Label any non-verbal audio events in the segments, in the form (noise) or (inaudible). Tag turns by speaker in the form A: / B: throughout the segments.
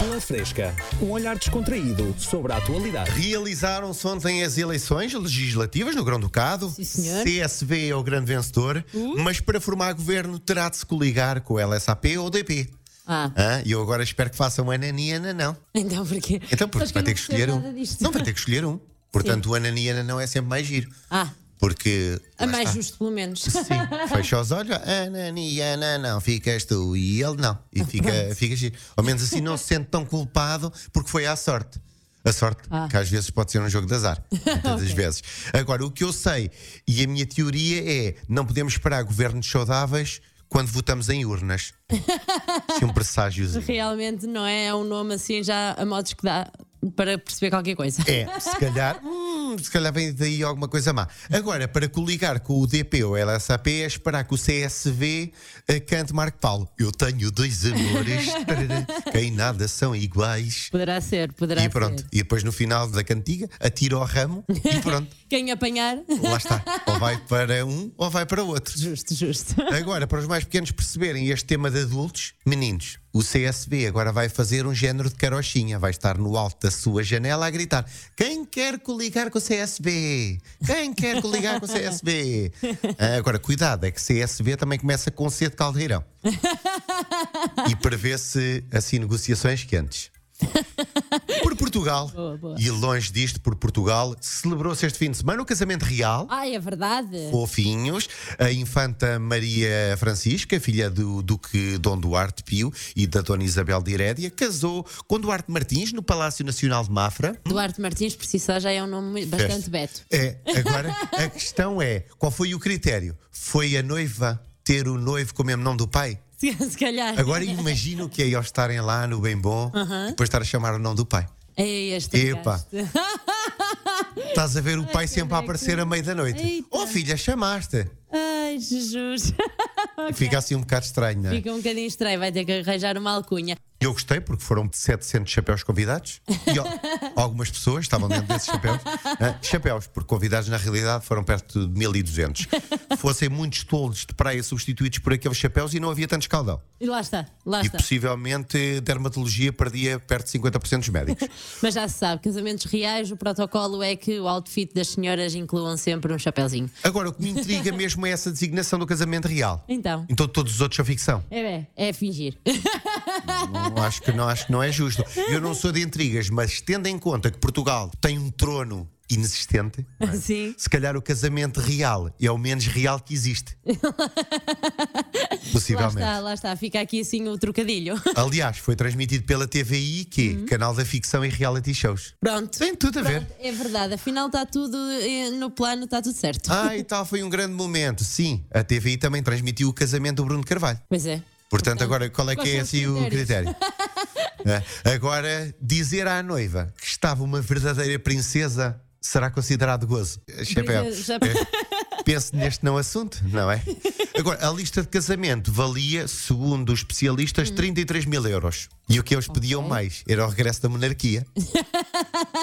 A: Pela Fresca, um olhar descontraído sobre a atualidade.
B: Realizaram-se ontem as eleições legislativas no Grão Ducado.
C: Sim, senhor. Uh.
B: CSV é o grande vencedor, mas para formar governo terá de se coligar com o LSAP ou o DP.
C: Ah. (laughs)
B: Ah, E eu agora espero que façam ananiana não.
C: Então porquê?
B: Então, porque
C: Sabes
B: vai
C: eu
B: ter
C: não
B: que escolher
C: percebo
B: um.
C: nada disto.
B: Não, vai ter que escolher um. Portanto, o ananiana não é sempre mais giro.
C: Ah,
B: Porque.
C: a
B: lá
C: mais
B: está.
C: justo, pelo menos. (laughs)
B: Sim, fecha os olhos, Ananiana, não, ficas tu e ele não. E fica, fica giro. Ao menos assim não se sente tão culpado porque foi à sorte. A sorte,
C: Ah.
B: que às vezes pode ser um jogo de azar. Muitas das vezes. Agora, o que eu sei e a minha teoria é: não podemos esperar governos saudáveis quando votamos em urnas. Se um presságiozinho.
C: Realmente não é um nome assim já a modos que dá para perceber qualquer coisa.
B: É, se calhar, hum, se calhar vem daí alguma coisa má. Agora, para coligar com o DP ou LSAP, é esperar que o CSV eh, cante Marco Paulo. Eu tenho dois amores (laughs) tarará, que em nada são iguais.
C: Poderá ser, poderá
B: e pronto,
C: ser.
B: e depois no final da cantiga, atira ao ramo e pronto,
C: Quem apanhar? (laughs)
B: lá está. Ou vai para um ou vai para outro.
C: Justo, justo.
B: Agora, para os mais pequenos perceberem este tema de adultos, meninos, o CSB agora vai fazer um género de carochinha. Vai estar no alto da sua janela a gritar: Quem quer coligar com o CSB? Quem quer coligar com o
C: (laughs)
B: CSB? Ah, Agora, cuidado, é que CSB também começa com C de
C: (laughs)
B: caldeirão. E prevê-se, assim, negociações quentes. Por Portugal,
C: Boa, boa.
B: e longe disto, por Portugal, celebrou-se este fim de semana o casamento real
C: Ai, é verdade?
B: fofinhos. A infanta Maria Francisca, filha do Duque Dom Duarte Pio e da Dona Isabel de Herédia, casou com Duarte Martins no Palácio Nacional de Mafra.
C: Duarte Martins, por si só, já é um nome muito-
B: Festa.
C: bastante beto. (laughs)
B: É, agora a questão é: qual foi o critério? Foi a noiva ter o noivo com o mesmo nome do pai?
C: Se, se calhar.
B: Agora imagina o que é eles estarem lá no Bem Bom e depois estar a chamar o nome do pai.
C: Ei, É este
B: Epa.
C: gaste.
B: Estás a ver o pai sempre a
C: caneco.
B: aparecer à meia-da-noite.
C: Eita.
B: Oh filha, chamaste.
C: Ai, Jesus. (laughs)
B: Fica assim um bocado estranho, não é?
C: Fica um bocadinho estranho, vai ter que arranjar uma alcunha.
B: Eu gostei porque foram 700 chapéus convidados e al- algumas pessoas estavam dentro desses chapéus. Ah, chapéus, porque convidados na realidade foram perto de 1200. Fossem muitos tolos de praia substituídos por aqueles chapéus e não havia tanto escaldão.
C: E lá está, lá
B: E
C: está.
B: possivelmente dermatologia perdia perto de 50% dos médicos.
C: Mas já se sabe, casamentos reais, o protocolo é que o outfit das senhoras incluam sempre um chapéuzinho.
B: Agora, o que me intriga mesmo é essa designação do casamento real.
C: Então,
B: Então todos os outros são ficção.
C: é, é fingir.
B: Não, acho, que não, acho que não é justo. Eu não sou de intrigas, mas tendo em conta que Portugal tem um trono inexistente, não é?
C: (laughs) Sim.
B: se calhar o casamento real é o menos real que
C: (laughs)
B: existe.
C: Lá
B: Possivelmente.
C: está, lá está, fica aqui assim o trocadilho. (laughs)
B: Aliás, foi transmitido pela TVI, que é canal da ficção e reality shows.
C: Uhum. Pronto.
B: Tem tudo a ver.
C: É verdade, afinal está tudo eh, no plano, está tudo certo.
B: Ah, e tal, foi um grande momento. Sim, a TVI também transmitiu o casamento do Bruno Carvalho.
C: Pois é. (laughs)
B: Portanto, agora qual é que
C: quais
B: é
C: são os
B: assim o
C: (laughs)
B: critério? É, Agora, dizer à noiva que estava uma verdadeira princesa será considerado gozo. Chapéu. É,
C: Já-
B: Pense neste não assunto, não é? Agora, a lista de casamento valia, segundo os especialistas,
C: Hum.
B: 33 mil euros. E o que eles pediam mais era o regresso da
C: (laughs)
B: monarquia.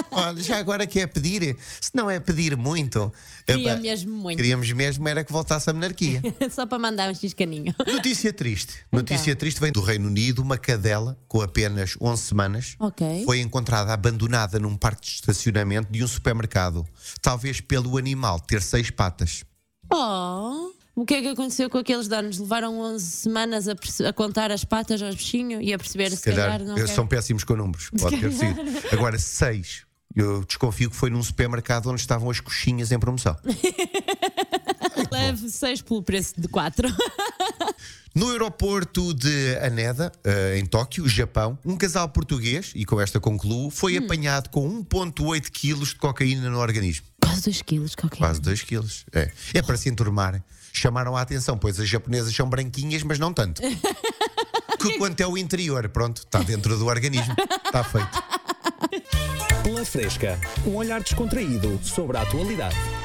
B: Olha, já agora que é pedir, se não é pedir muito,
C: Queria
B: epá,
C: mesmo muito.
B: queríamos mesmo era que voltasse a monarquia.
C: Só para mandar um xiscaninho. (laughs)
B: Notícia triste.
C: Então.
B: Notícia triste vem do Reino Unido. Uma cadela com apenas 11 semanas
C: Ok.
B: foi encontrada abandonada num parque de estacionamento de um supermercado. Talvez pelo animal ter seis patas.
C: Oh! O que é que aconteceu com aqueles donos? Levaram 11 semanas a, perce- a contar as patas aos bichinhos e a perceber se, calhar, não
B: eles
C: quero-
B: são péssimos com números. Pode ter sido. Agora, seis. Eu desconfio que foi num supermercado onde estavam as coxinhas em
C: (laughs)
B: promoção.
C: Leve 6 pelo preço de 4.
B: No aeroporto de Aneda, eh, em Tóquio, Japão, um casal português, e com esta concluo, foi
C: Hum.
B: apanhado com 1,8 quilos de cocaína no organismo.
C: (laughs) Quase 2 quilos, qualquer
B: Quase 2 quilos. É. é para se enturmarem. Chamaram a atenção, pois as japonesas são branquinhas, mas não tanto. Que quanto é o interior, pronto, está dentro do organismo. Está feito.
A: Pela Fresca, um olhar descontraído sobre a atualidade.